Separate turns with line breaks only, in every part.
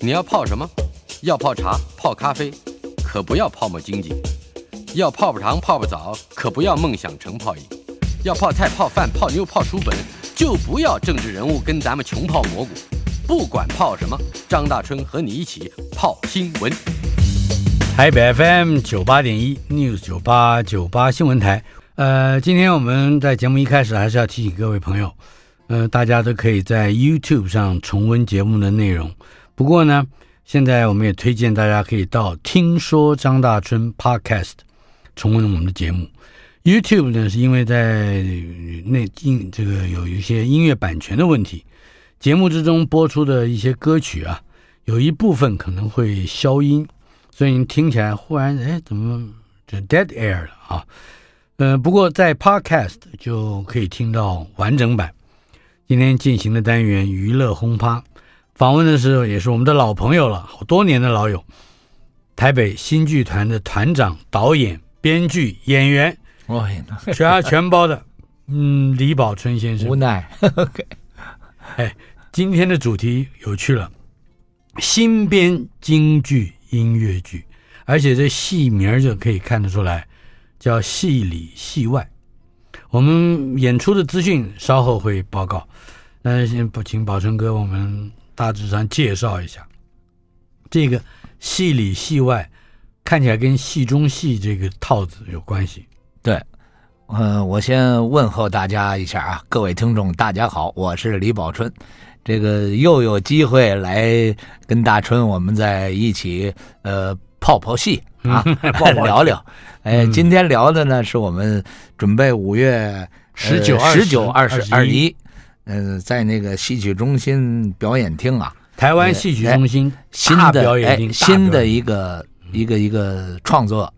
你要泡什么？要泡茶、泡咖啡，可不要泡沫经济；要泡泡糖、泡泡澡，可不要梦想成泡影；要泡菜、泡饭、泡妞、泡书本，就不要政治人物跟咱们穷泡蘑菇。不管泡什么，张大春和你一起泡新闻。
台北 FM 九八点一 News 九八九八新闻台。呃，今天我们在节目一开始还是要提醒各位朋友，呃，大家都可以在 YouTube 上重温节目的内容。不过呢，现在我们也推荐大家可以到“听说张大春 Podcast” 重温我们的节目。YouTube 呢，是因为在那音这个有一些音乐版权的问题，节目之中播出的一些歌曲啊，有一部分可能会消音，所以你听起来忽然哎，怎么这 dead air 了啊？呃，不过在 Podcast 就可以听到完整版。今天进行的单元娱乐轰趴，访问的时候也是我们的老朋友了，好多年的老友，台北新剧团的团长、导演、编剧、演员，
哇，
全他全包的，嗯，李宝春先
无
生。
奈，
今天的主题有趣了，新编京剧音乐剧，而且这戏名儿就可以看得出来，叫戏里戏外。我们演出的资讯稍后会报告，那先不请宝春哥我们大致上介绍一下这个戏里戏外，看起来跟戏中戏这个套子有关系。
对。呃，我先问候大家一下啊，各位听众，大家好，我是李宝春，这个又有机会来跟大春我们在一起呃泡泡戏啊， 泡泡聊聊。哎，今天聊的呢是我们准备五月呃
19
十九、二
20
二一，嗯，在那个戏曲中心表演厅啊，
台湾戏曲中心
新
大
的
表演
哎
厅，大
新
表
的
演嗯
一个一个一个创作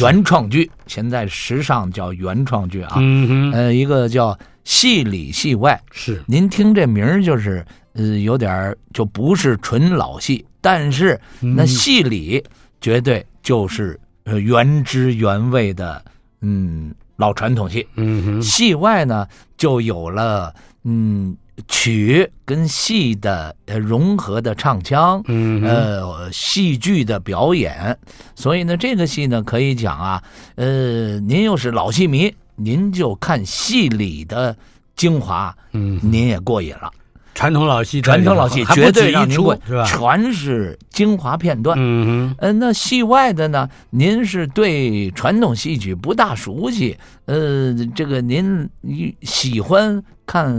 原创剧，现在时尚叫原创剧啊，
嗯哼
呃，一个叫戏里戏外。
是
您听这名儿就是，呃，有点儿就不是纯老戏，但是那
嗯
戏里绝对就是呃原汁原味的，嗯，老传统戏。
嗯哼
戏外呢，就有了嗯曲跟戏的呃融合的唱腔，
嗯哼
呃戏剧的表演，所以呢，这个戏呢可以讲啊，呃，您又是老戏迷，您就看戏里的精华，
嗯。
您也过瘾了。
传统老戏在
传
里头，
统老戏
还不
绝
止
对
一
让您
出
过
是吧
瘾，？全是精华片段。
嗯哼，
呃，那戏外的呢？您是对传统戏曲不大熟悉，呃，这个您喜欢看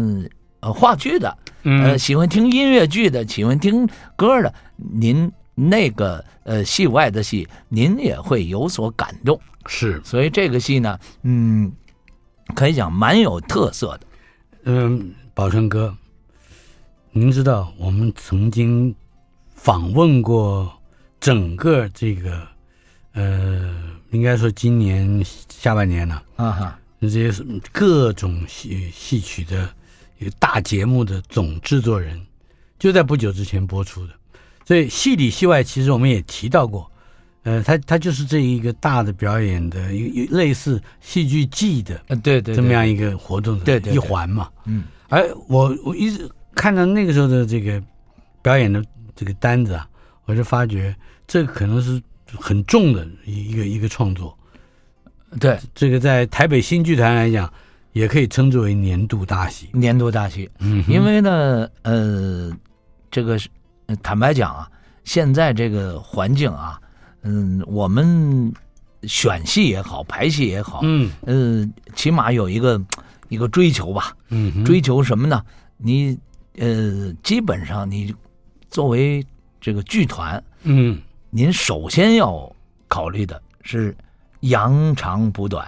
呃话剧的，呃，
嗯
喜欢听音乐剧的，喜欢听歌的，您那个呃戏外的戏，您也会有所感动。
是，
所以这个戏呢，嗯，可以讲蛮有特色的。
嗯，宝春哥，您知道我们曾经访问过整个这个，呃，应该说今年下半年呢、
啊哈，
这些各种戏戏曲的一个大节目的总制作人，就在不久之前播出的。所以戏里戏外，其实我们也提到过，呃，它它就是这一个大的表演的一个类似戏剧季的
呃，对对
这么样一个活动的
对对对
一环嘛。
嗯，
而我我一直看到那个时候的这个表演的这个单子啊，我就发觉这可能是很重的一一个一个创作。
对，
这个在台北新剧团来讲，也可以称之为年度大戏。
年度大戏。
嗯
因为呢，呃，这个是呃坦白讲啊，现在这个环境啊，嗯，我们选戏也好，排戏也好，
嗯
嗯、呃，起码有一个一个追求吧。
嗯哼
追求什么呢？你呃，基本上你作为这个剧团，
嗯
您首先要考虑的是扬长补短，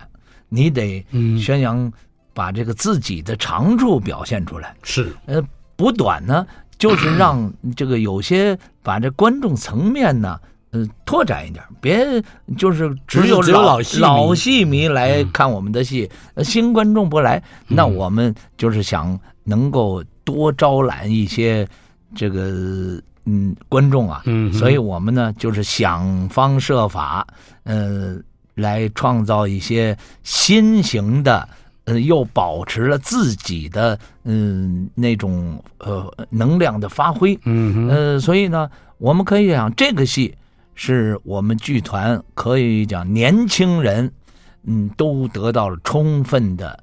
你得
嗯
宣扬把这个自己的长处表现出来。
是
呃，补短呢，就 是让这个有些把这观众层面呢，呃，拓展一点，别就是只有
不是只有老戏迷嗯
老戏迷来看我们的戏，呃新观众不来，那我们就是想能够多招揽一些这个嗯观众啊，
嗯哼
所以我们呢就是想方设法，呃，来创造一些新型的，呃，又保持了自己的嗯、那种呃能量的发挥，
嗯哼
呃，所以呢，我们可以讲这个戏是我们剧团可以讲年轻人，嗯，都得到了充分的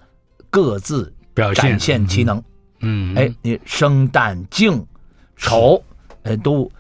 各自
表现
展现其能。
嗯，
哎，，你生旦净丑，呃，都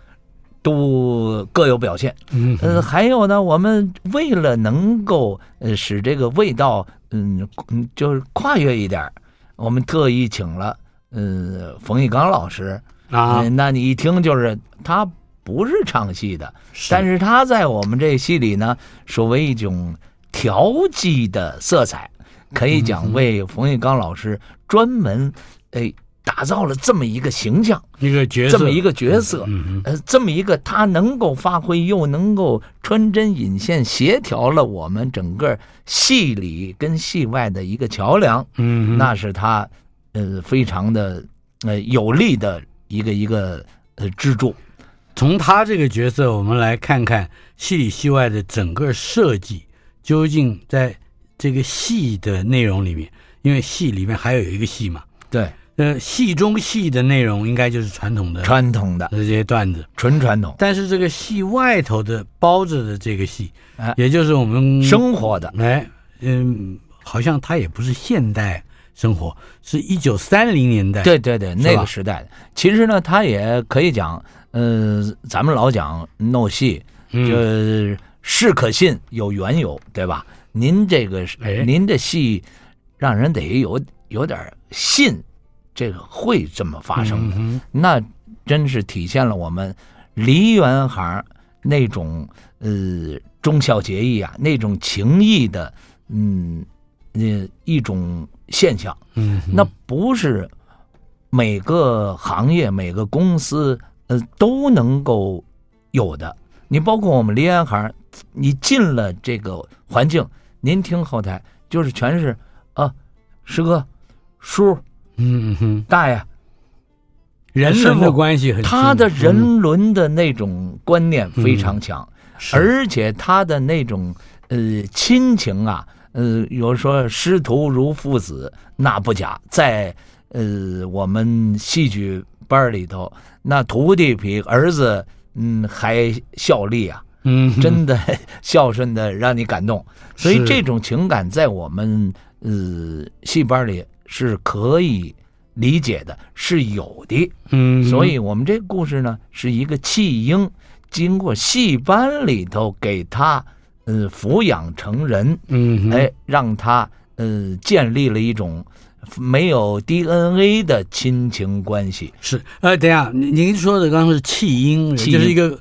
都各有表现。
嗯，
呃，还有呢，我们为了能够呃使这个味道，嗯嗯，就是跨越一点儿，我们特意请了呃冯玉刚老师
啊
呃，那你一听就是他不是唱戏的，但
是
是他在我们这戏里呢，属为一种调剂的色彩，可以
嗯
讲为冯玉刚老师专门哎打造了这么一个形象，
一个角色，
这么一个角色。
嗯
呃，这么一个他能够发挥，又能够穿针引线，协调了我们整个戏里跟戏外的一个桥梁，
嗯，
那是他呃非常的呃有力的一个一个呃支柱。
从他这个角色，我们来看看戏里戏外的整个设计究竟在这个戏的内容里面，因为戏里面还有一个戏嘛，
对，
呃，戏中戏的内容应该就是传统的
传统的
这些段子，
纯传统，
但是这个戏外头的包着的这个戏，
哎
也就是我们
生活的
哎，嗯，好像它也不是现代生活，是一九三零年代，
对对对，
是
那
吧
个时代的，其实呢，他也可以讲，呃，咱们老讲弄戏，
嗯，
就是是可信有缘由，对吧？您这个是，
哎
您这戏让人得有有点信，这个会这么发生的，
嗯
那真是体现了我们梨园行那种呃忠孝节义啊，那种情义的，嗯，呃一种现象。
嗯，
那不是每个行业、每个公司呃都能够有的。你包括我们梨园行，你进了这个环境，您听后台就是全是啊，师哥、叔、
嗯哼，
大爷，
人
师
人的
傅
关系很亲密，
他的
嗯
人伦的那种观念非常强，
是
而且他的那种呃亲情啊，呃，有说师徒如父子，那不假。在呃我们戏剧班里头，那徒弟比儿子嗯还效力啊，
嗯哼
真的孝顺的让你感动。所以
是
这种情感在我们呃戏班里是可以理解的，是有的。
嗯，
所以我们这个故事呢，是一个弃婴经过戏班里头给他呃抚养成人，
嗯哼，
哎，让他呃建立了一种没有 DNA 的亲情关系，
是呃，等一下，您您说的刚刚是弃婴，
弃
就是
婴
一个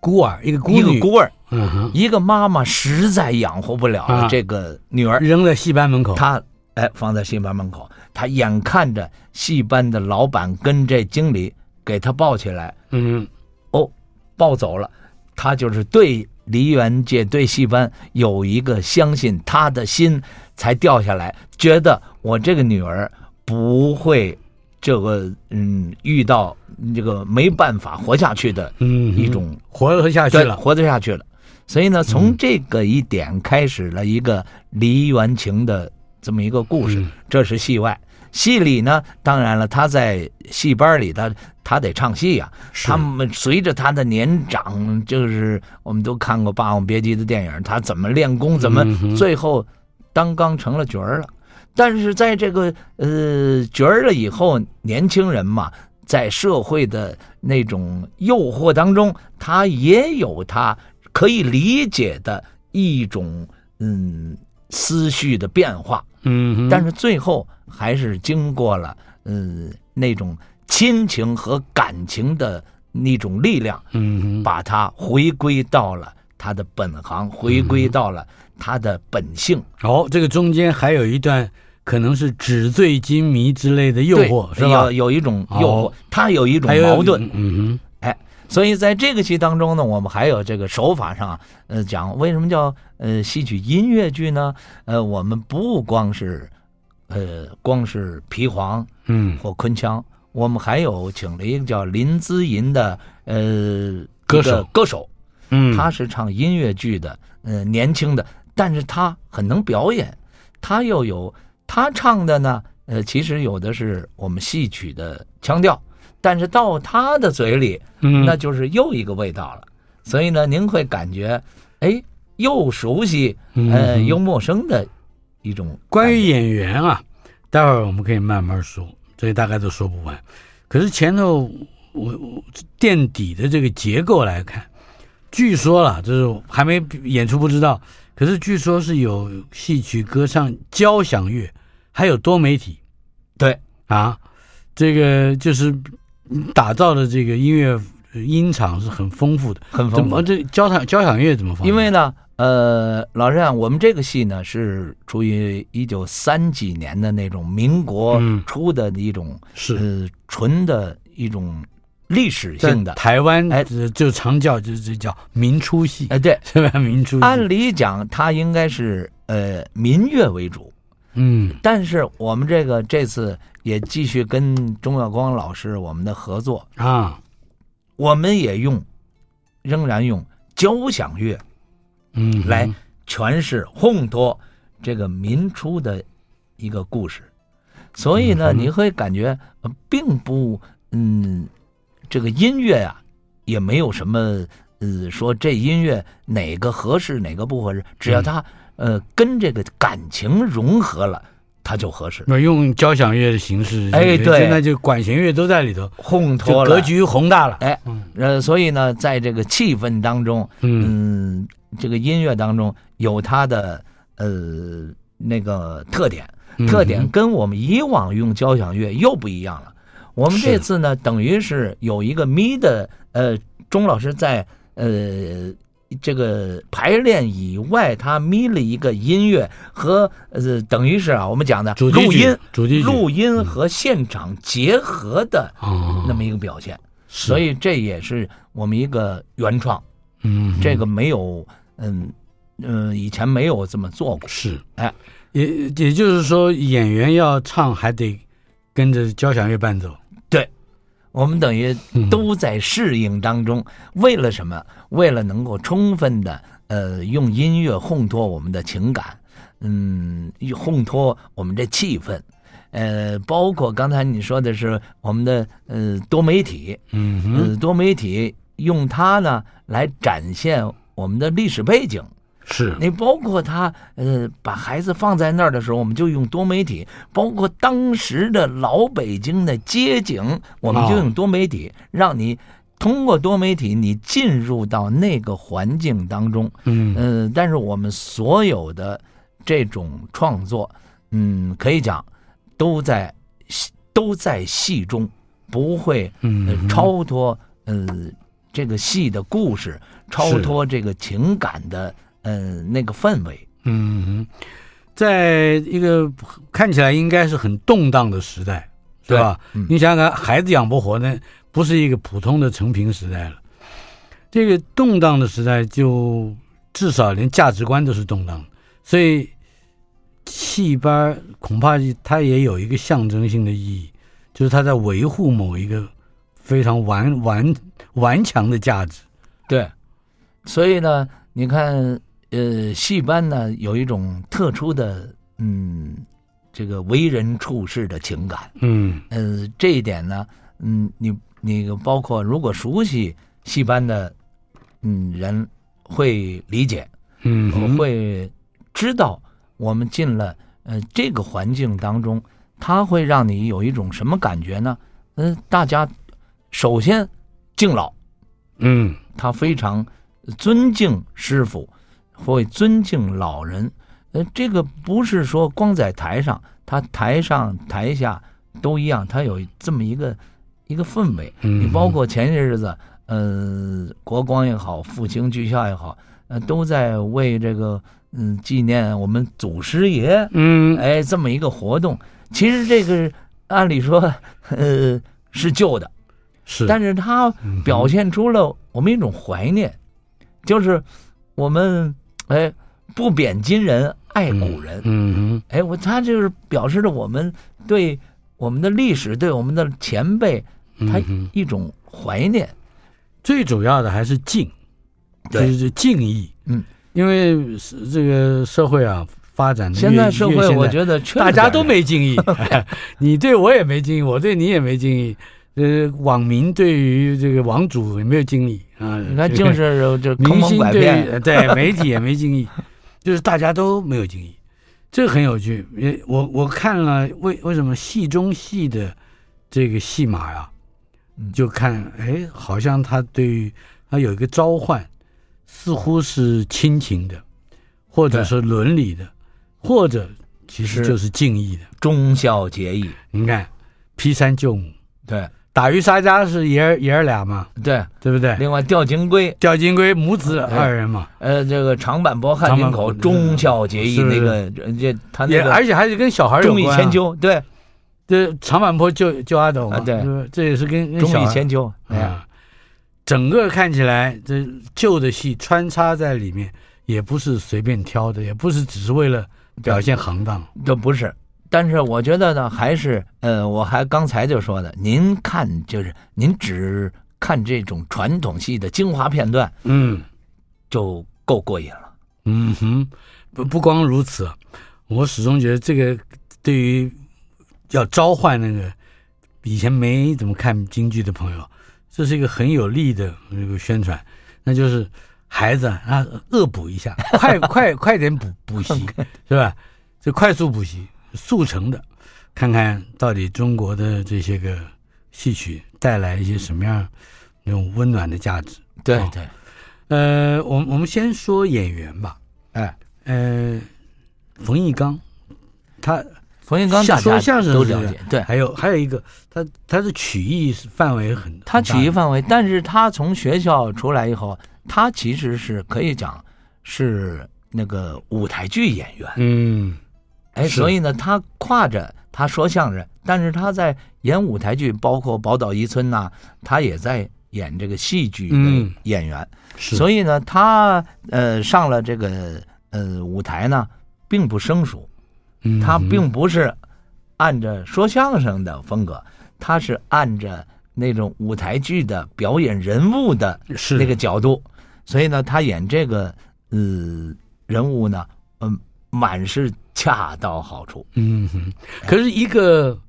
孤儿，一个孤
一个
女，
孤儿，
嗯哼，
一个妈妈实在养活不了
啊
这个女儿，
扔在戏班门口，
他哎放在戏班门口，他眼看着戏班的老板跟这经理给他抱起来，
嗯，
哦，抱走了，他就是对梨园界、对戏班有一个相信，他的心才掉下来，觉得我这个女儿不会这个嗯遇到这个没办法活下去的
嗯哼
一种
活得下去
对，
了，
活得下去了。所以呢，从这个一点开始了一个梨园情的这么一个故事，这是戏外。戏里呢，当然了，他在戏班里，他他得唱戏呀、他们随着他的年长，就是我们都看过《霸王别姬》的电影，他怎么练功，怎么
嗯哼
最后当刚成了角儿了。但是在这个呃角儿了以后，年轻人嘛，在社会的那种诱惑当中，他也有他可以理解的一种嗯思绪的变化，
嗯哼，
但是最后还是经过了嗯那种亲情和感情的那种力量，
嗯哼，
把它回归到了他的本行，回归到了他的本性。
哦，这个中间还有一段可能是纸醉金迷之类的诱
对
惑，是吧
有？有一种诱惑
哦，
他有一种
还有
矛盾。，
嗯
哎，所以在这个戏当中呢，我们还有这个手法上啊，呃，讲为什么叫呃戏曲音乐剧呢？呃，我们不光是呃光是皮黄
哼，嗯，
或昆腔，我们还有请了一个叫林姿银的呃
歌
一个
手
歌手，
嗯，
他是唱音乐剧的，呃，年轻的，但是他很能表演，他又有他唱的呢，呃，其实有的是我们戏曲的腔调，但是到他的嘴里，
嗯，
那就是又一个味道了。所以呢，您会感觉，哎，又熟悉，
嗯
呃，
哼
又陌生的一种感觉。
关于演员啊，待会儿我们可以慢慢说，这大概都说不完。可是前头我我垫底的这个结构来看，据说了，就是还没演出不知道，可是据说是有戏曲、歌唱、交响乐，还有多媒体
对，
啊，这个就是打造的这个音乐呃音场是很丰富的。
很
怎
丰
么
富。
这交响交响乐怎么放？
因为呢，呃，老实讲，我们这个戏呢是出于一九三几年的那种民国
嗯
出的一种、
是
呃纯的一种历史
在
性的。
台湾，
哎
呃就常叫就是这叫民初戏。
哎，对，
是吧？民初
按理讲它应该是呃民乐为主，
嗯
但是我们这个这次也继续跟钟耀光老师我们的合作，
啊
我们也用仍然用交响乐
嗯
来诠释烘托这个民初的一个故事，所以呢，
嗯哼
你会感觉呃并不嗯，这个音乐呀、也没有什么呃说这音乐哪个合适哪个不合适，只
嗯
要它呃跟这个感情融合了，它就合适，
那用交响乐的形式，
哎
这个
对
现在就管弦乐都在里头，
烘
就
托了
格。局嗯宏大了。
哎，呃，所以呢，在这个气氛当中，
嗯
嗯，这个音乐当中有它的呃那个特点，
嗯
特点跟我们以往用交响乐又不一样了。我们这次呢，等于是有一个咪的呃，钟老师在呃这个排练以外，他咪了一个音乐和呃，等于是啊，我们讲的
主题
录
曲
音、
主题曲
录音和现场结合的
哦，
那么一个表现，
是
所以这也是我们一个原创。
嗯
这个没有，嗯嗯，以前没有这么做过。
是
哎，
也也就是说，演员要唱还得跟着交响乐伴奏，
我们等于都在适应当中，为了什么？为了能够充分的呃用音乐烘托我们的情感，嗯，烘托我们这气氛，呃，包括刚才你说的是我们的呃多媒体，
嗯哼
呃，多媒体用它呢来展现我们的历史背景，
是
你包括他呃，把孩子放在那儿的时候，我们就用多媒体；包括当时的老北京的街景，我们就用多媒体，让你通过多媒体你进入到那个环境当中。
嗯
嗯，但是我们所有的这种创作，嗯，可以讲都在戏都在戏中，不会呃
嗯
超脱呃这个戏的故事，超脱这个情感的呃那个氛围。
嗯哼，在一个看起来应该是很动荡的时代，是吧？
对嗯
你想想看，孩子养不活呢，不是一个普通的成平时代了。这个动荡的时代，就至少连价值观都是动荡的，所以戏班儿恐怕它也有一个象征性的意义，就是它在维护某一个非常顽顽顽强的价值。
对，所以呢，你看，呃，戏班呢有一种特殊的，嗯，这个为人处事的情感。
嗯
呃，这一点呢，嗯，你你包括如果熟悉戏班的，嗯，人会理解，
嗯哼，
会知道我们进了呃这个环境当中，它会让你有一种什么感觉呢？嗯、大家首先敬老，
嗯
他非常尊敬师傅，会尊敬老人。呃，这个不是说光在台上，他台上台下都一样，他有这么一个一个氛围。
嗯
你包括前些日子，呃，国光也好，复兴剧校也好，呃，都在为这个嗯纪念我们祖师爷，
嗯
哎，这么一个活动。其实这个按理说，呃，是旧的，
是，嗯
但是他表现出了我们一种怀念，就是我们哎不贬今人，爱古人。
嗯哼。
哎，我他就是表示着我们对我们的历史、对我们的前辈，他
嗯哼
一种怀念。
最主要的还是敬，就
对
是敬意。
嗯，
因为是这个社会啊发展的
嗯现在社会，我
得
觉得确实
大家都
这样
没敬意，你对我也没敬意，我对你也没敬意，呃，网民对于这个网主也没有敬意啊，
你看
这
就
个
是就坑
明
蒙
星
拐
对
骗
于，对媒体也没敬意，就是大家都没有敬意，这个很有趣。也我我看了为为什么戏中戏的这个戏码呀、
嗯
就看哎，好像他对于他有一个召唤，似乎是亲情的，或者
对
是伦理的，或者其实
是
就是敬意的。
忠孝节义，
你看，劈山救母，
对
打鱼杀家是爷儿爷儿俩嘛，
对。
对不对？
另外，吊金龟，
吊金龟母子
对
二人嘛，
呃，这个长坂坡汉
长
庭
坂
口
坡
忠孝节义
是
那个，呃这他
也
啊那个
而且还是跟小孩儿有
忠义
关啊
千秋，对，
这长坂坡救救阿斗嘛，
啊对
是不是这也是跟跟
忠
小
义
孩
千秋，哎，
啊，整个看起来这旧的戏穿插在里面，也不是随便挑的，也不是只是为了表现行当，
都不是。但是我觉得呢，还是呃，我还刚才就说的，您看就是您只看这种传统戏的精华片段
嗯
就够过瘾了。
嗯哼，不不光如此，我始终觉得这个对于要召唤那个以前没怎么看京剧的朋友，这是一个很有力的这个宣传，那就是孩子啊，他恶补一下，快快快点补补习，是吧？这快速补习速成的，看看到底中国的这些个戏曲带来一些什么样那种温暖的价值。
对
哦
对，
呃，我们我们先说演员吧。
哎，
呃，冯玉刚，他
冯玉刚大
说
家
相声
都
是
了
这
解，对
还有还有一个，他他的曲艺是范围很，
他
很大
曲艺
的
范围，但是他从学校出来以后，他其实是可以讲是那个舞台剧演员。
嗯
哎，
是
所以呢，他跨着他说相声，但是他在演舞台剧，包括《宝岛一村》呐、他也在演这个戏剧
嗯
的演员。
是，
所以呢，他呃上了这个呃舞台呢，并不生疏，
以
他并不是按着说相声的风格，他是按着那种舞台剧的表演人物的
是
那个角度，所以呢，他演这个呃人物呢，嗯、满是恰到好处。
嗯哼，可是一个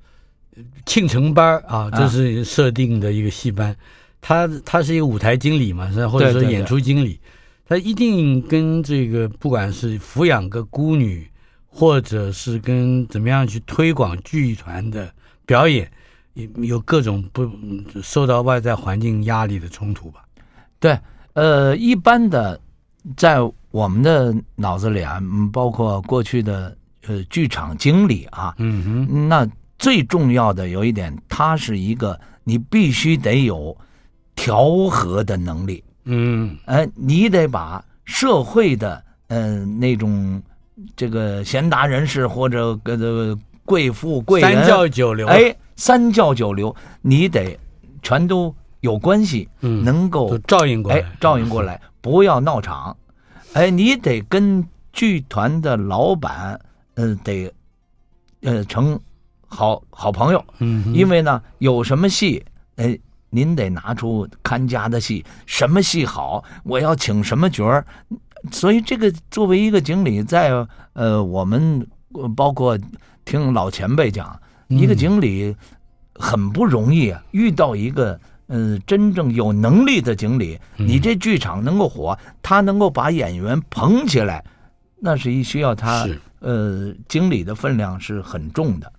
呃庆城班儿啊，这是设定的一个戏班，他他是一个舞台经理嘛，是吧或者
对
说
对对
演出经理，他一定跟这个不管是抚养个孤女，或者是跟怎么样去推广剧团的表演，也有各种不受到外在环境压力的冲突吧？
对，呃，一般的，在我们的脑子里啊，嗯包括过去的呃剧场经理啊，
嗯哼，
那最重要的有一点，他是一个你必须得有调和的能力，
嗯
呃，你得把社会的嗯、呃那种这个贤达人士或者呃贵妇贵人
三教九流，，
哎三教九流，你得全都有关系，
嗯，
能够
都照应过来，
哎，照应过来，不要闹场。哎，你得跟剧团的老板，呃，得，呃，成好好朋友，
嗯哼，
因为呢，有什么戏，哎，您得拿出看家的戏，什么戏好，我要请什么角儿。所以，这个作为一个经理，在呃，我们呃包括听老前辈讲，一个
嗯
经理很不容易啊，遇到一个嗯、呃真正有能力的经理，
嗯
你这剧场能够火，他能够把演员捧起来，那是一需要他
是
呃经理的分量是很重的，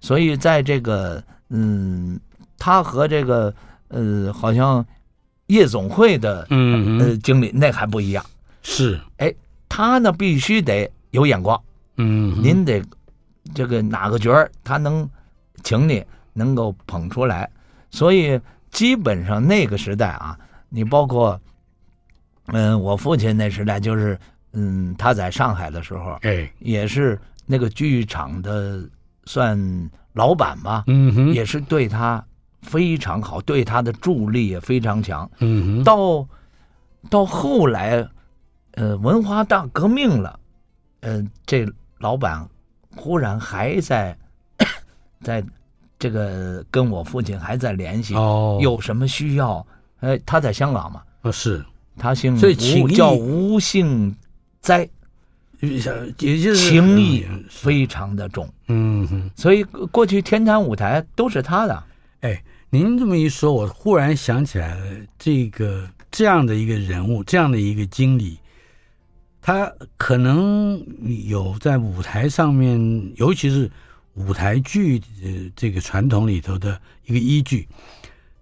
所以在这个嗯，他和这个呃好像夜总会的
嗯哼
呃经理那还不一样，
是，
他呢必须得有眼光。
嗯哼，
您得这个哪个角儿他能请你能够捧出来，所以基本上那个时代啊，你包括嗯、我父亲那时代就是嗯，他在上海的时候
哎，
也是那个剧场的算老板吧，
嗯哼，
也是对他非常好，对他的助力也非常强。
嗯哼，
到到后来，呃，文化大革命了，嗯、这老板忽然还在 在这个跟我父亲还在联系，
哦，
有什么需要？呃，他在香港嘛，
哦是，
他姓
所以情
吴，
谊
叫吴姓斋，
也就是
情谊非常的重，
嗯哼，
所以过去天坛舞台都是他的。
哎，您这么一说，我忽然想起来了，这个这样的一个人物，这样的一个经理，他可能有在舞台上面，尤其是舞台剧呃这个传统里头的一个依据。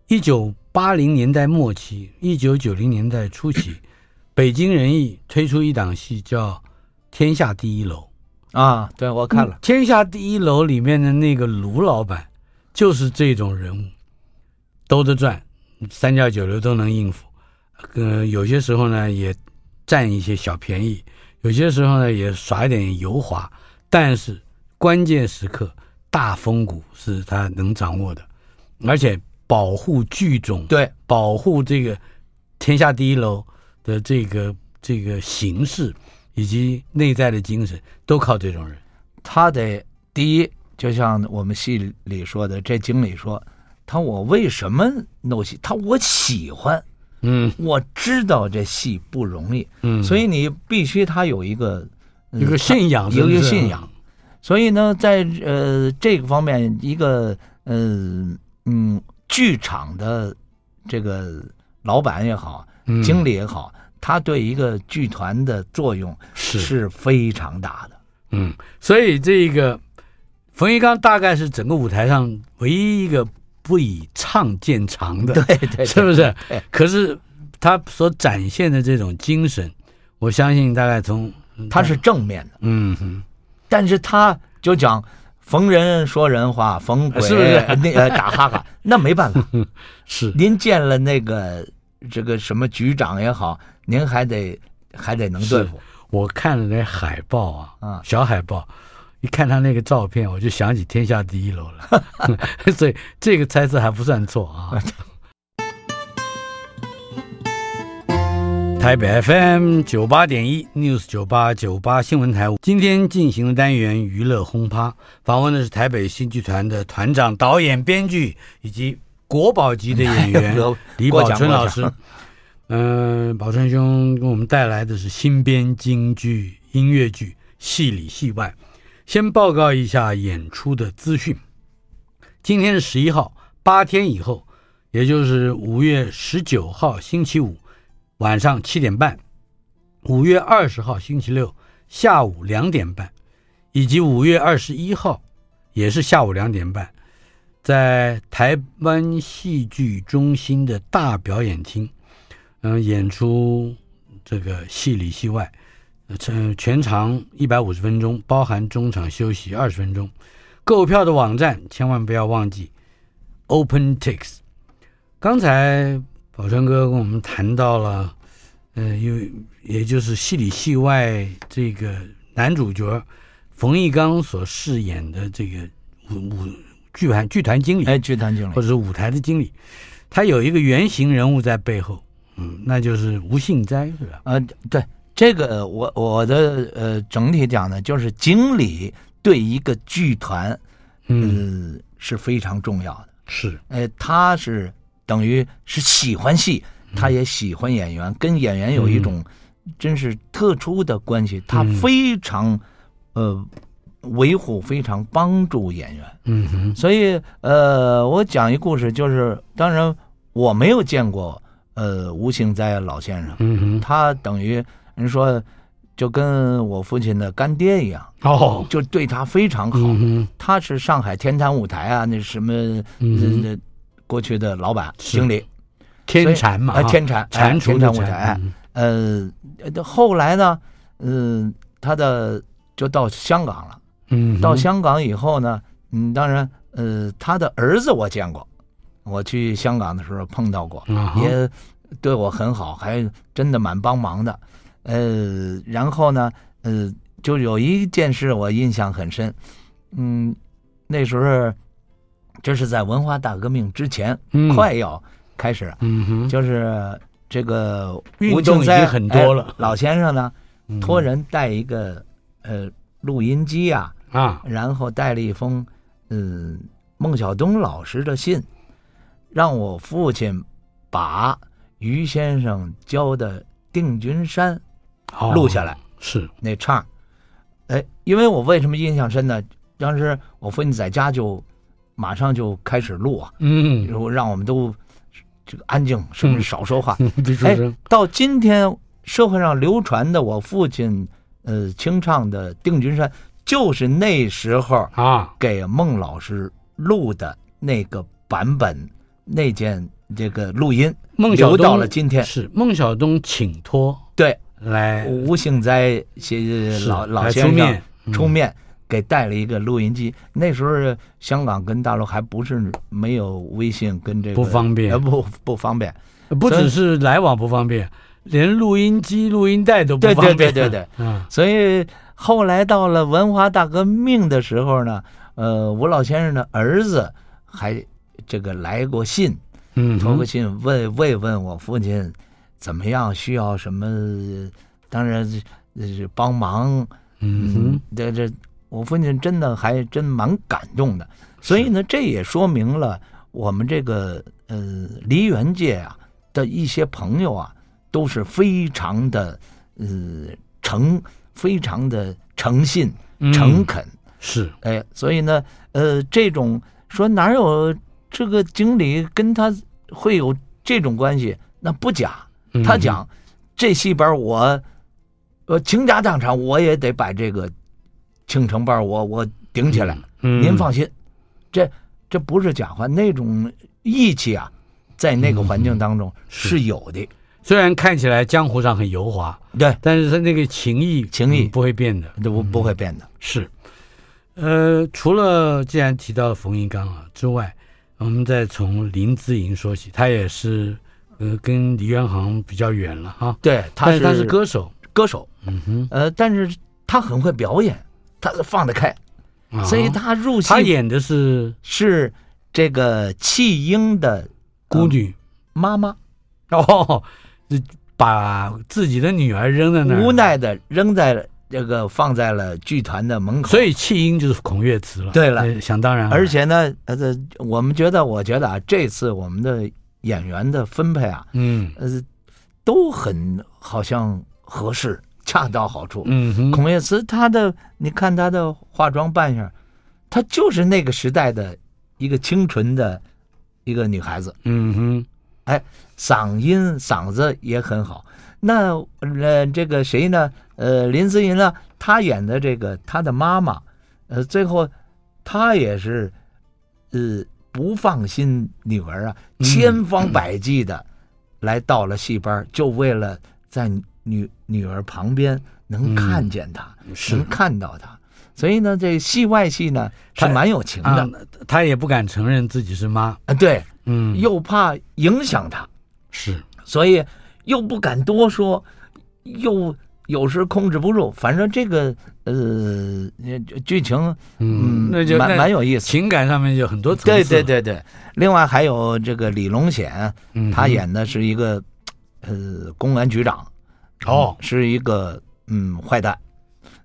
一九八零年代末期，一九九零年代初期，北京人艺推出一档戏叫《天下第一楼》。
啊，对我看了
《嗯天下第一楼》里面的那个卢老板，就是这种人物，兜着转，三教九流都能应付。呃，有些时候呢也占一些小便宜，有些时候呢也耍一点油滑，但是关键时刻大风骨是他能掌握的，而且保护剧种，
对，
保护这个天下第一楼的这个这个形式以及内在的精神，都靠这种人。
他得第一，就像我们戏里说的，这经理说，他我为什么弄戏？他我喜欢，
嗯，
我知道这戏不容易，
嗯
所以你必须他有一个
一个信仰，
嗯有
是
一个
不是
信仰，。所以呢，在呃这个方面，一个呃嗯剧场的这个老板也好，
嗯
经理也好，他对一个剧团的作用
是
是非常大的。
嗯，所以这个冯玉刚大概是整个舞台上唯一一个不以唱见长的，
对对对
是不是
对？
可是他所展现的这种精神，我相信大概从
他是正面的，
嗯哼
但是他就讲逢人说人话，逢鬼
是不是
那呃打哈哈，那 没办法。
是
您见了那个这个什么局长也好，您还得还得能对付。
我看了那海报啊，
啊
小海报，一看他那个照片，我就想起《天下第一楼》 了，所以这个猜测还不算错啊。台北 FM 九八点一 News 九八九八新闻台，今天进行的单元娱乐轰趴，访问的是台北新剧团的团长、导演、编剧以及国宝级的演 员
国
李
国
宝
奖
春
国
老
奖
师。嗯、宝春兄给我们带来的是新编京剧、音乐剧《戏里戏外》。先报告一下演出的资讯。今天是十一号，八天以后，也就是五月十九号星期五晚上七点半，五月二十号星期六下午两点半，以及五月二十一号也是下午两点半，在台湾戏剧中心的大表演厅，嗯、演出这个戏里戏外，呃全全长一百五十分钟，包含中场休息二十分钟。购票的网站千万不要忘记 OpenTix。刚才宝川哥跟我们谈到了，呃，有也就是戏里戏外这个男主角冯玉刚所饰演的这个舞舞剧团剧团经理，
哎，剧团经
或
理，
者是舞台的经理，他有一个原型人物在背后，嗯，那就是吴信斋是吧？
呃，对这个呃我我的呃整体讲呢，就是经理对一个剧团，
嗯，
嗯、是非常重要的。
是，
呃，他是等于是喜欢戏，
嗯
他也喜欢演员，跟演员有一种真是特殊的关系。
嗯
他非常呃维护，非常帮助演员。
嗯哼，
所以呃，我讲一故事，就是当然我没有见过呃吴兴斋老先生，
嗯哼，
他等于人说就跟我父亲的干爹一样，
哦，
就对他非常好。
嗯哼，
他是上海天坛舞台啊，那什么
嗯
呃过去的老板
是
经理
天蚕嘛，
啊，
哈
天蟾
蟾蜍
天
的
坛舞台。哎
蟾，嗯
呃，呃后来呢，嗯，他的就到香港了。
嗯，
到香港以后呢，嗯，当然，呃，他的儿子我见过，我去香港的时候碰到过，
啊哈
也对我很好，还真的蛮帮忙的。呃，然后呢，呃，就有一件事我印象很深，嗯，那时候这是在文化大革命之前，
嗯
快要开始了，
嗯哼，
就是这个
运
吴
动
敬
已
斋
经很多了
哎老先生呢
嗯
托人带一个呃录音机啊，
啊，
然后带了一封嗯孟小冬老师的信，让我父亲把于先生教的《定军山》
哦
录下来
是，
那唱儿。哎，因为我为什么印象深呢？当时我父亲在家就马上就开始录啊，
嗯，
然后让我们都这个安静，是不是少说话？
别出
哎
声，
到今天社会上流传的我父亲呃清唱的《定军山》，就是那时候
啊，
给孟老师录的那个版本，那件这个录音
孟小
留
冬
到了今天。
是孟小冬请托
对，
来
吴幸灾写
是
呃老老
来
先
出
生
面嗯
出面给带了一个录音机。那时候香港跟大陆还不是没有微信跟这个
不方便
呃不不方便。
不只是来往不方便，连录音机、录音带都不
对
方
对
便。
对对 对，
啊，
所以后来到了文化大革命的时候呢，呃，吴老先生的儿子还这个来过信，
嗯
投
哼
过，信问慰问我父亲怎么样，需要什么，当然是呃是帮忙。
嗯哼，，
这这，我父亲真的还真蛮感动的。所以呢，这也说明了我们这个呃梨园界啊的一些朋友啊，都是非常的呃诚，非常的诚信、
嗯
诚恳。
是
哎，所以呢，呃，这种说哪有这个经理跟他会有这种关系？那不假，
嗯
他讲这戏班我，我倾家荡产我也得把这个庆城班我我顶起来，
嗯
您放心，这这不是假话，那种义气啊，在那
嗯
个环境当中是有的，
虽然看起来江湖上很油滑，
对，
但是他那个情谊，
情谊
嗯不会变的。
这不不会变的。
是，呃，除了既然提到了冯一刚啊之外，我们再从林志颖说起，他也是呃跟黎元行比较远了哈，
对，他
但是
是
他是歌手，
歌手，
嗯哼，
呃，但是他很会表演，他放得开，
啊
所以他入
他
戏
演的是
是这个弃婴的嗯
孤女、
妈妈，
哦，是把自己的女儿扔在那儿，
无，奈的扔在了这个放在了剧团的门口，
所以弃婴就是孔月词了，
对了
呃想当然了，
而且呢，呃，这我们觉得，我觉得啊，这次我们的演员的分配啊，
嗯
呃，都很好像合适，恰到好处。
嗯哼，
孔月慈她的，你看她的化妆扮相，她就是那个时代的一个清纯的一个女孩子，
嗯哼，
嗓音嗓子也很好。那呃，这个谁呢？呃，林思颖呢？她演的这个她的妈妈，呃，最后她也是，呃，不放心女儿啊，
嗯
千方百计的来到了戏班儿，就为了在女女儿旁边
嗯
能看见她，
是
能看到她。所以呢，这戏外戏呢是
她
蛮有情的
啊，，他也不敢承认自己是妈，
啊对，
嗯，
又怕影响她。
是，
所以又不敢多说，又有时控制不住。反正这个呃剧情，
嗯，
嗯，
那就
蛮
那
蛮有意思。
情感上面有很多层次，
对对，对对，另外还有这个李龙显，
嗯哼，
他演的是一个呃公安局长，
哦，
是一个嗯坏蛋。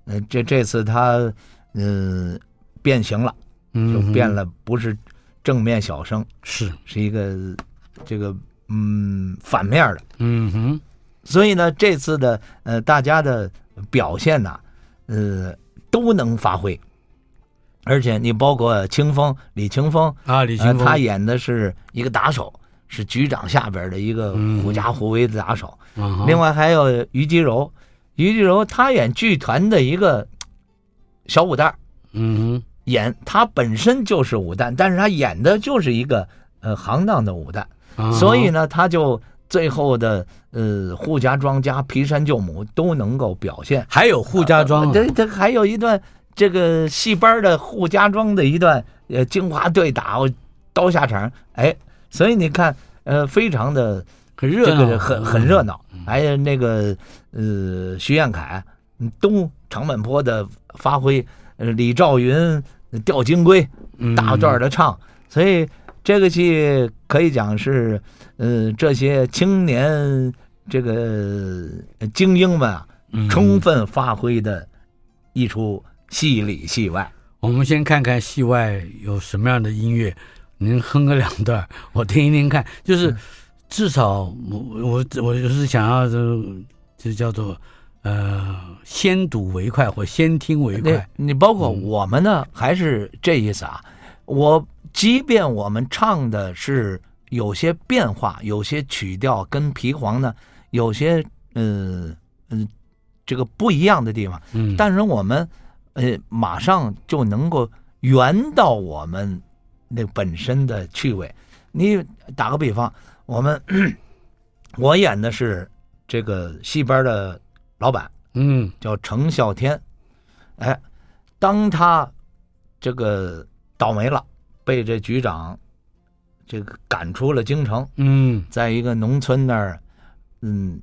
嗯、这这次他嗯、变形了，就
嗯哼
变了，不是正面小生，
是，
是一个这个嗯反面的。
嗯哼，
所以呢，这次的呃大家的表现呐、呃都能发挥，而且你包括清风李清风，
啊，李
呃
清，风，
他演的是一个打手，是局长下边的一个
嗯
狐假虎威的打手。
啊
另外还有于姬柔，于姬柔他演剧团的一个小武旦儿，
嗯
演他本身就是武旦，但是他演的就是一个呃行当的武旦。
哼，啊
所以，呢，他就最后的呃护家庄家、皮山救母都能够表现。
还有扈家庄啊，
这这还有一段这个戏班的护家庄的一段呃精华对打，刀下场，哎，所以你看呃非常的
很
这
热
个
闹，
很很热闹，
嗯
还有那个呃徐彦凯、嗯东长坂坡的发挥，呃李兆云呃吊金龟，
嗯，
大段的唱，所以这个戏可以讲是，呃，这些青年这个呃精英们啊，
嗯
充分发挥的一出戏里戏外。
我们先看看戏外有什么样的音乐，您哼个两段，我听一听看。
嗯
就是至少我我我就是想要这这叫做呃先睹为快或先听为
那
快。
你包括我们呢，还是这意思啊？我即便我们唱的是有些变化，有些曲调跟皮黄呢，有些嗯嗯这个不一样的地方，
嗯，
但是我们呃马上就能够圆到我们那本身的趣味。你打个比方，我们 我演的是这个戏班的老板，
嗯
叫程啸天，哎，当他这个倒霉了，被这局长这个赶出了京城，
嗯
在一个农村那儿，嗯，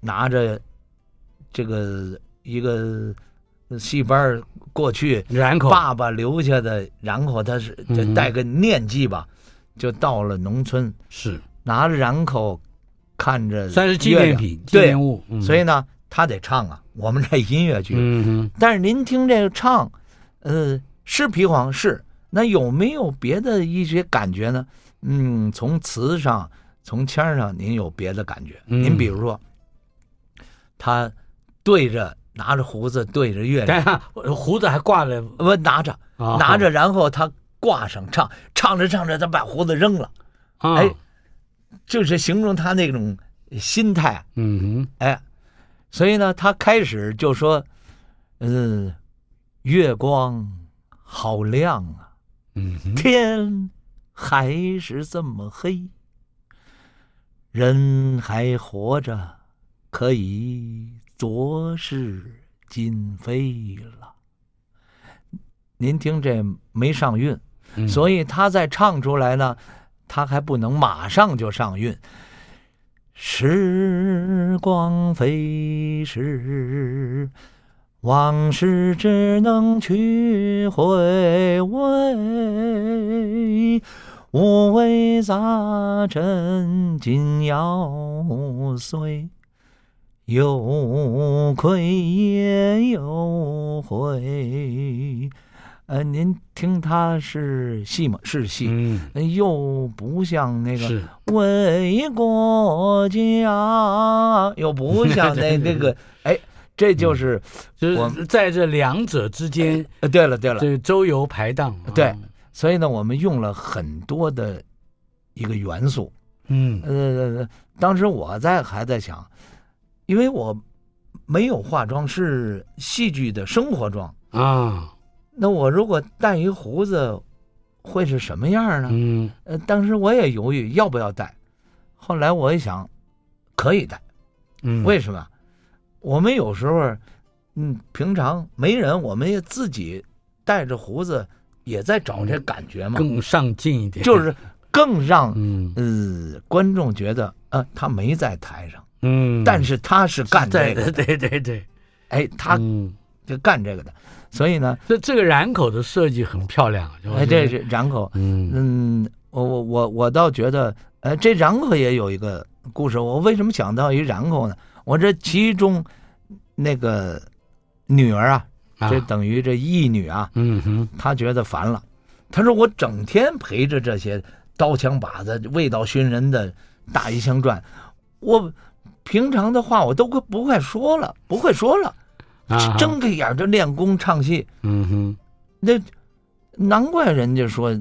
拿着这个一个戏班儿过去
染口，
爸爸留下的，然后他是就
嗯哼
带个念记吧，就到了农村，
是
拿着染口，看着
算是纪
月
念
亮
品、纪
对
念物，嗯
所以呢，他得唱啊，我们这音乐剧。
嗯哼
但是您听这个唱，呃，是皮黄是，那有没有别的一些感觉呢？嗯，从词上，从腔儿上，您有别的感觉？
嗯
您比如说，他对着拿着胡子对着月
但
亮，
是啊胡子还挂了，
不拿着
啊
拿着，然后他挂上唱，唱着唱着他把胡子扔了，
啊
哎，就是形容他那种心态。
嗯哼，
哎，所以呢，他开始就说：“嗯，月光好亮啊，
嗯哼，
天还是这么黑，人还活着，可以昨是今非了。”您听这没上韵，
嗯
所以他再唱出来呢，他还不能马上就上韵。时光飞逝，往事只能去回味，五味杂陈今遥碎。有愧也有悔，呃，您听他是戏吗？是戏，
嗯
呃又不像那个
是
为国家，啊又不像那
对对
那个，哎，这就是，
就
我
是在这两者之间，
呃，对了对了，
这周游排档，啊
对，所以呢，我们用了很多的一个元素，
嗯
呃，当时我在还在想，因为我没有化妆，是戏剧的生活妆。
啊，
那我如果带一胡子，会是什么样呢？
嗯
呃，当时我也犹豫要不要带，后来我一想，可以带。
嗯，
为什么？我们有时候，嗯，平常没人，我们也自己带着胡子，也在找这感觉嘛，
更上进一点，
就是更让
嗯
呃观众觉得，呃，他没在台上。
嗯，
但是他是干这
对
个
对
的，
对对对，
哎，他
嗯
就干这个的，所以呢，
这这个染口的设计很漂亮，我
哎，
觉
这
得
是然后，
嗯
嗯，我我我我倒觉得，呃，这然后也有一个故事，我为什么想到一然后呢？我这其中那个女儿啊，
啊
这等于这义女啊，
嗯哼
她觉得烦了，她说我整天陪着这些刀枪靶子、味道熏人的大衣枪转，我平常的话我都快不会说了，不会说了。
啊
睁开眼儿就练功唱戏，
嗯哼
那难怪人家说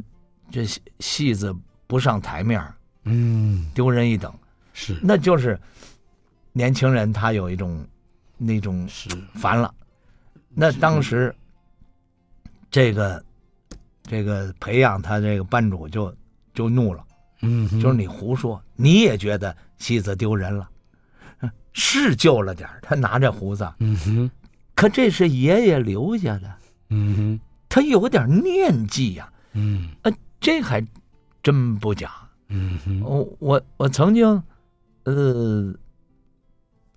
这戏戏子不上台面儿
嗯
丢人一等，
是
那就是年轻人他有一种那种
是
烦了。那当时这个这个培养他这个班主就就怒了，
嗯哼
就是你胡说，你也觉得戏子丢人了，是旧了点儿他拿着胡子，
嗯哼
可这是爷爷留下的。
嗯哼
他有点念记呀、
嗯
这还真不假。
嗯哼
我我我曾经，呃，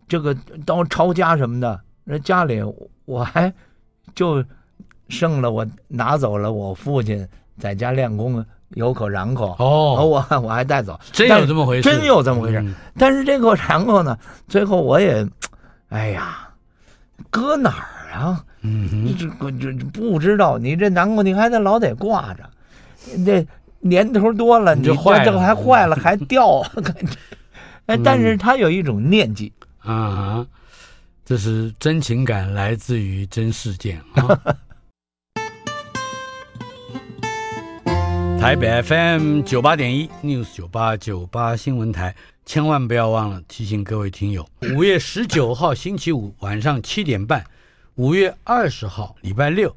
这个到抄家什么的，那家里我还就剩了我拿走了我父亲在家练功有口瓤口，
哦，
我我还带走，
真
但
有这么回事，
真有这么回事。
嗯
但是这口瓤口呢，最后我也，哎呀，搁哪儿啊？
嗯
你
哼
这个这这不知道，你这南瓜你还得老得挂着，那年头多了，
你
你
就
这
坏了嗯
这个 还坏了还掉，感觉哎，但是他有一种念记，
啊哈，这是真情感来自于真事件啊。台北 FM 九八点一 News 九八九八新闻台，千万不要忘了提醒各位听友，五月十九号星期五晚上七点半，五月二十号礼拜六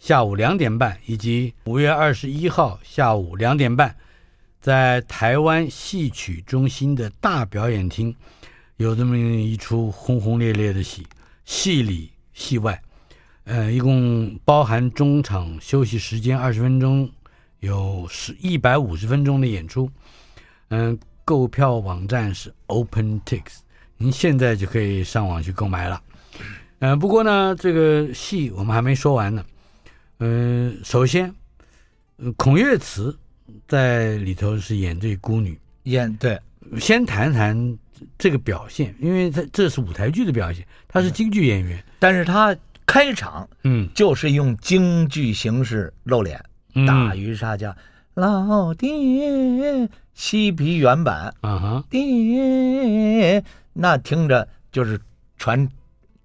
下午两点半，以及五月二十一号下午两点半，在台湾戏曲中心的大表演厅，有这么一出轰轰烈烈的戏，戏里戏外，呃，一共包含中场休息时间二十分钟，有十一百五十分钟的演出。嗯、购票网站是 OpenTix，您现在就可以上网去购买了。嗯、不过呢，这个戏我们还没说完呢。嗯、首先，呃孔月慈在里头是演这孤女，
演对，
先谈谈这个表现，因为他这是舞台剧的表现，他是京剧演员。
但是他开场
嗯，
就是用京剧形式露脸，
嗯
打渔杀家。老爹，西皮原版
啊哈，
爹，那听着就是传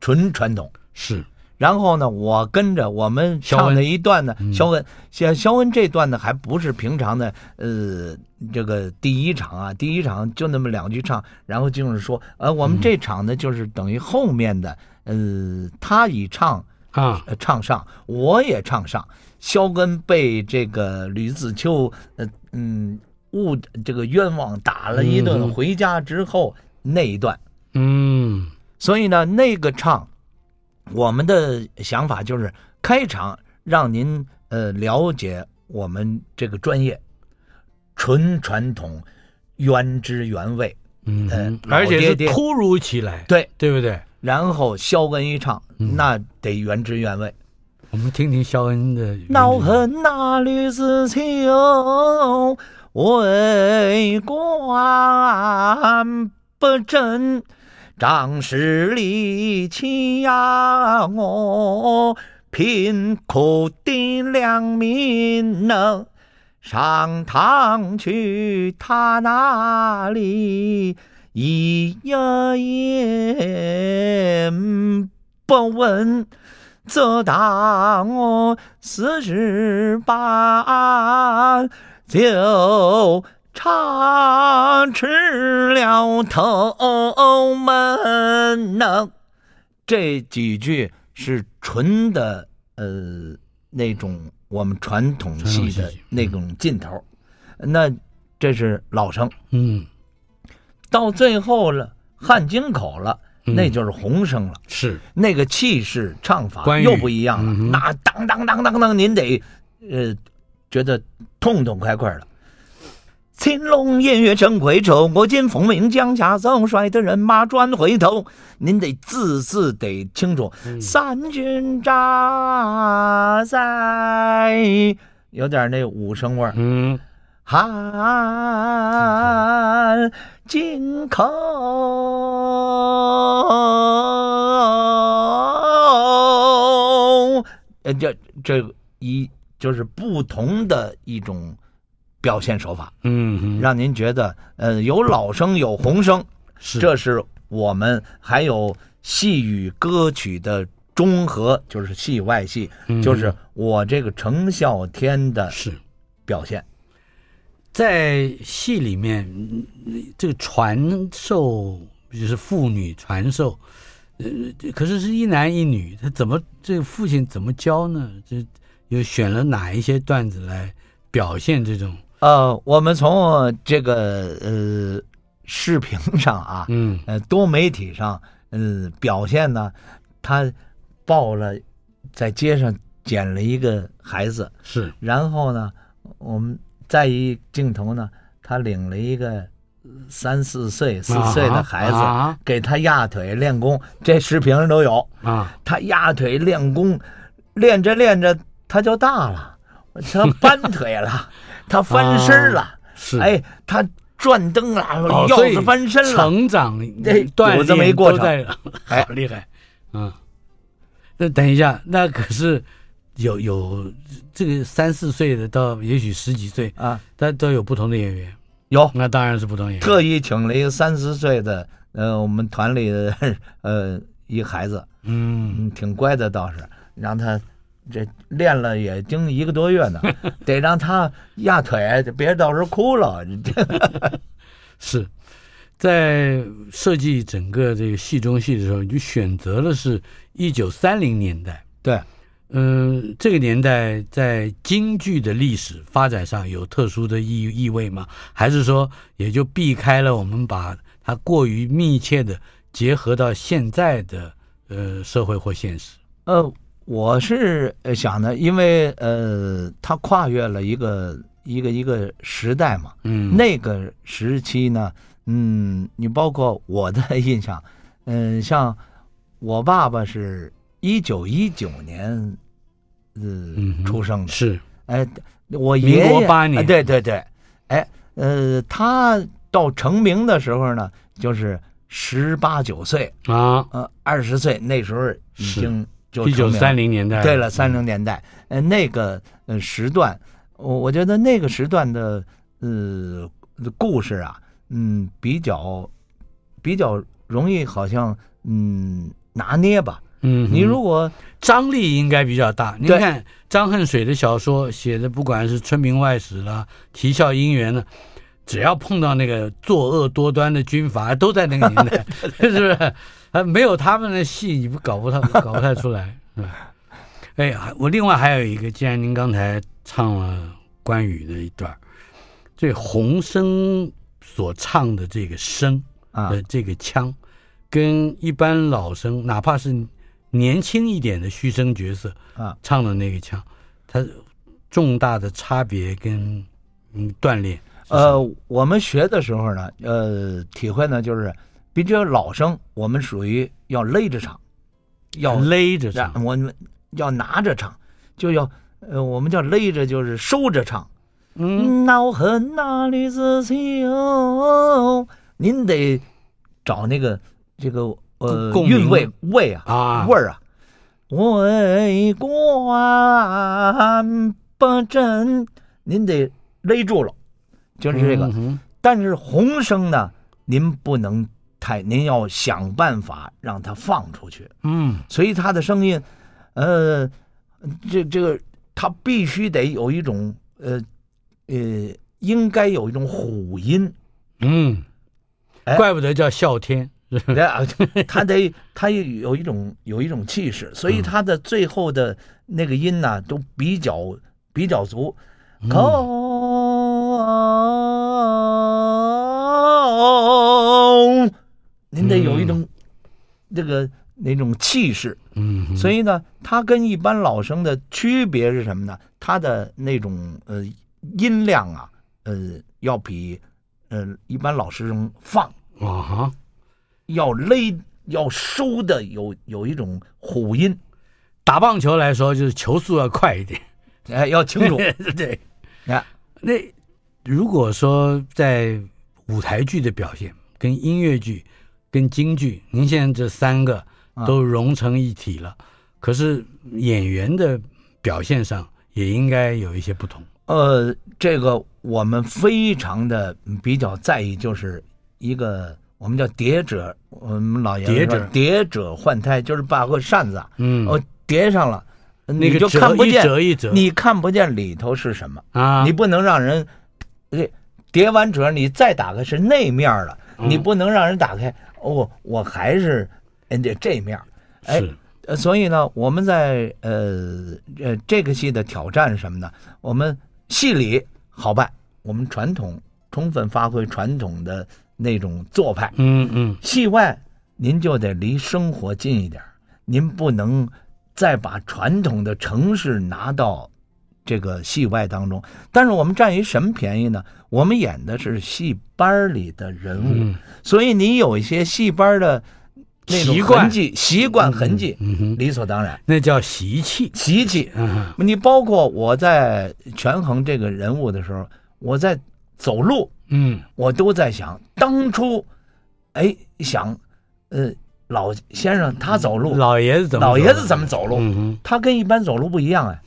纯传统。
是
然后呢，我跟着我们
肖
唱
恩
的一段呢，肖恩，肖肖恩这段呢，还不是平常的，呃，这个第一场啊，第一场就那么两句唱，然后就是说，呃，我们这场呢，就是等于后面的，呃，他以唱
啊，
呃唱上，我也唱上。肖恩被这个吕子秋，呃嗯误这个冤枉打了一
嗯
顿，回家之后那一段，
嗯
所以呢，那个唱，我们的想法就是开场让您呃了解我们这个专业，纯传统，原汁原味。
嗯哼，
呃
而
老
且
爹
是
爹
突如其来，
对，
对不对？
然后肖恩一唱，那得原汁原味。
我们听听肖恩的原
恼
曲
恨那吕子秋为官不正，仗势利欺压我贫苦的良民呢。上堂去他那里，一言不问。则打我四十八，就插翅了头门呐。这几句是纯的，呃，那种我们传统戏
传统
的
戏曲
那种劲头儿。那这是老生，
嗯，
到最后了，汉京口了，
嗯
那就是红生了。
是
那个气势唱法
关羽
又不一样了，
嗯哼
那当当当当当，您得呃觉得痛痛快快了。青龙偃月成回首，我今风鸣江下走，率的人马转回头。您得字字得清楚。
嗯
三军扎在，有点那武生味儿。
嗯
喊金口呃，这这一就是不同的一种表现手法，
嗯哼，
让您觉得，呃，有老生有红生，
是
这是我们还有戏与歌曲的中和，就是戏外戏，
嗯
就是我这个程啸天的
是
表现。
在戏里面，嗯这个传授就是妇女传授，呃，这可是是一男一女，他怎么这个父亲怎么教呢？这又选了哪一些段子来表现这种？
呃，我们从这个呃视频上啊，
嗯
呃多媒体上，呃表现呢，他抱了在街上捡了一个孩子，
是
然后呢，我们再一镜头呢，他领了一个呃三四岁、四岁的孩子，
啊
给他压腿练功，这视频上都有。
啊，
他压腿练功，练着练着他就大了，他搬腿 了，他翻身了，
啊是
哎，他转灯了，
哦
腰
所以
子翻身了，
成长
对
锻
有这么一
炼
过
都
程
在，好
哎
厉害，嗯。那等一下，那可是有有这个三四岁的到也许十几岁，
啊，
他都有不同的演员，
有
那当然是不同演员。
哦特意请了一个三十岁的，呃，我们团里的呃一孩子，
嗯
嗯，挺乖的倒是，让他这练了也经一个多月 呢，得让他压腿，别到时候哭了。这
是在设计整个这个戏中戏的时候，你就选择了是一九三零年代。
对，
嗯、这个年代在京剧的历史发展上有特殊的意意味吗？还是说也就避开了我们把它过于密切的结合到现在的呃社会或现实？
呃，我是呃想呢，因为呃，他跨越了一个一个一个时代嘛，
嗯，
那个时期呢，嗯，你包括我的印象，嗯，像我爸爸是一九一九年，
嗯
呃，
哼
出生的，
是
哎，我
民
爷
国
爷
八年
哎对对对，哎，呃，他到成名的时候呢，就是十八九岁，
啊，
呃，二十岁那时候已
是
经就
一九
成名了
三零年代。
对了，三零年代，呃，那个呃时段，我我觉得那个时段的呃故事啊，嗯，比较比较容易，好像嗯拿捏吧。
嗯哼，
你如果
张力应该比较大。您
对
看张恨水的小说写的，不管是《春明外史》啦，《啼笑姻缘》呢，只要碰到那个作恶多端的军阀，都在那个年代，是不是？啊，没有他们的戏，你不搞不太搞不太出来。是吧哎呀，我另外还有一个，既然您刚才唱了关羽的一段儿，这洪生所唱的这个声，
啊
的这个腔，跟一般老生，哪怕是年轻一点的虚声角色
啊
唱的那个腔，它重大的差别跟嗯锻炼是什么，
呃，我们学的时候呢，呃，体会呢就是，比较老生，我们属于要勒着唱，要
勒着
让
唱，
我们要拿着唱，就要呃，我们叫勒着，就是收着唱。
嗯，
恼恨那里自由，您得找那个这个
共
呃
共鸣
韵味味啊
啊
味儿啊，为官啊不正，您得勒住了，就是这个。
嗯哼
但是红声呢，您不能太，您要想办法让它放出去。
嗯，
所以他的声音，呃，这这个他必须得有一种呃呃，应该有一种虎音，
嗯，
哎
怪不得叫啸天，是吧
对啊，他得他有一种有一种气势，所以他的最后的那个音呢、都比较比较足。口，您得有一种、这个那种气势。
嗯哼，
所以呢，它跟一般老生的区别是什么呢？它的那种呃音量啊，呃，要比呃一般老师中放
啊哈，
要勒要收的有有一种虎音，
打棒球来说就是球速要快一点，
哎，要清楚
对。
哎
那如果说在舞台剧的表现、跟音乐剧、跟京剧，您现在这三个
啊
都融成一体了，可是演员的表现上也应该有一些不同。
呃，这个我们非常的比较在意，就是一个我们叫叠者，我们老爷子
叠
说
者
叠者换胎，就是把个扇子啊，
嗯，
哦叠上了，
那
你
个
就
折
看不
一
见，
折一折，
你看不见里头是什么。
啊，
你不能让人，呃叠完折你再打开是那面儿了，
嗯
你不能让人打开哦，我还是人家这面儿。哎
是
呃所以呢，我们在呃呃这个戏的挑战是什么呢？我们戏里好办，我们传统充分发挥传统的那种做派，
嗯嗯
戏外您就得离生活近一点儿，您不能再把传统的城市拿到这个戏外当中。但是我们占一什么便宜呢？我们演的是戏班儿里的人物，
嗯
所以你有一些戏班儿的那种
习惯
痕迹、习惯痕迹，
嗯哼，
理所当然，
那叫习气。
习气。
啊，
你包括我在权衡这个人物的时候，我在走路，
嗯
我都在想，当初，哎，想，呃，老先生他走路，
老爷子怎么走
哦老爷子怎么走路？
嗯哼
他跟一般走路不一样哎，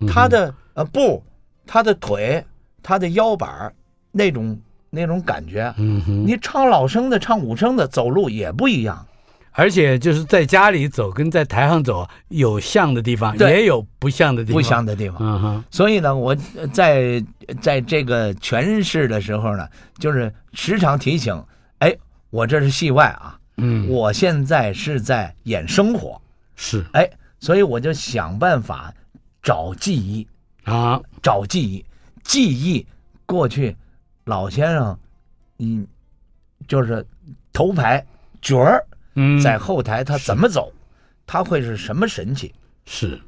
嗯哼
他的呃步，他的腿，他的腰板儿那种那种感觉，
嗯哼
你唱老生的，唱武生的走路也不一样。
而且就是在家里走跟在台上走有像的地方，
对
也有不像的地方。
不像的地方。
嗯哼，
所以呢，我呃在在这个诠释的时候呢，就是时常提醒，哎，我这是戏外啊，
嗯，
我现在是在演生活，
是
哎，所以我就想办法找记忆，
啊，
找记忆，记忆过去老先生，嗯，就是头牌角儿
嗯，
在后台他怎么走，他会是什么神气？
是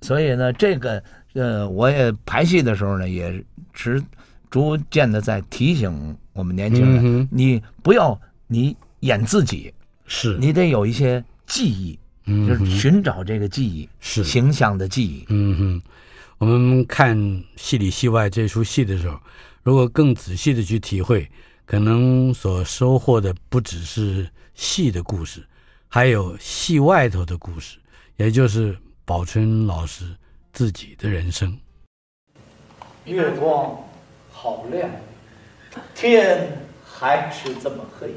所以呢，这个呃，我也排戏的时候呢，也是逐渐的在提醒我们年轻人，
嗯哼
你不要你演自己，
是，
你得有一些记忆，
嗯
就是
哼
寻找这个记忆，
是
形象的记忆。
嗯哼，我们看《戏里戏外》这出戏的时候，如果更仔细的去体会，可能所收获的不只是戏的故事，还有戏外头的故事，也就是宝春老师自己的人生。
月光好亮，天还是这么黑。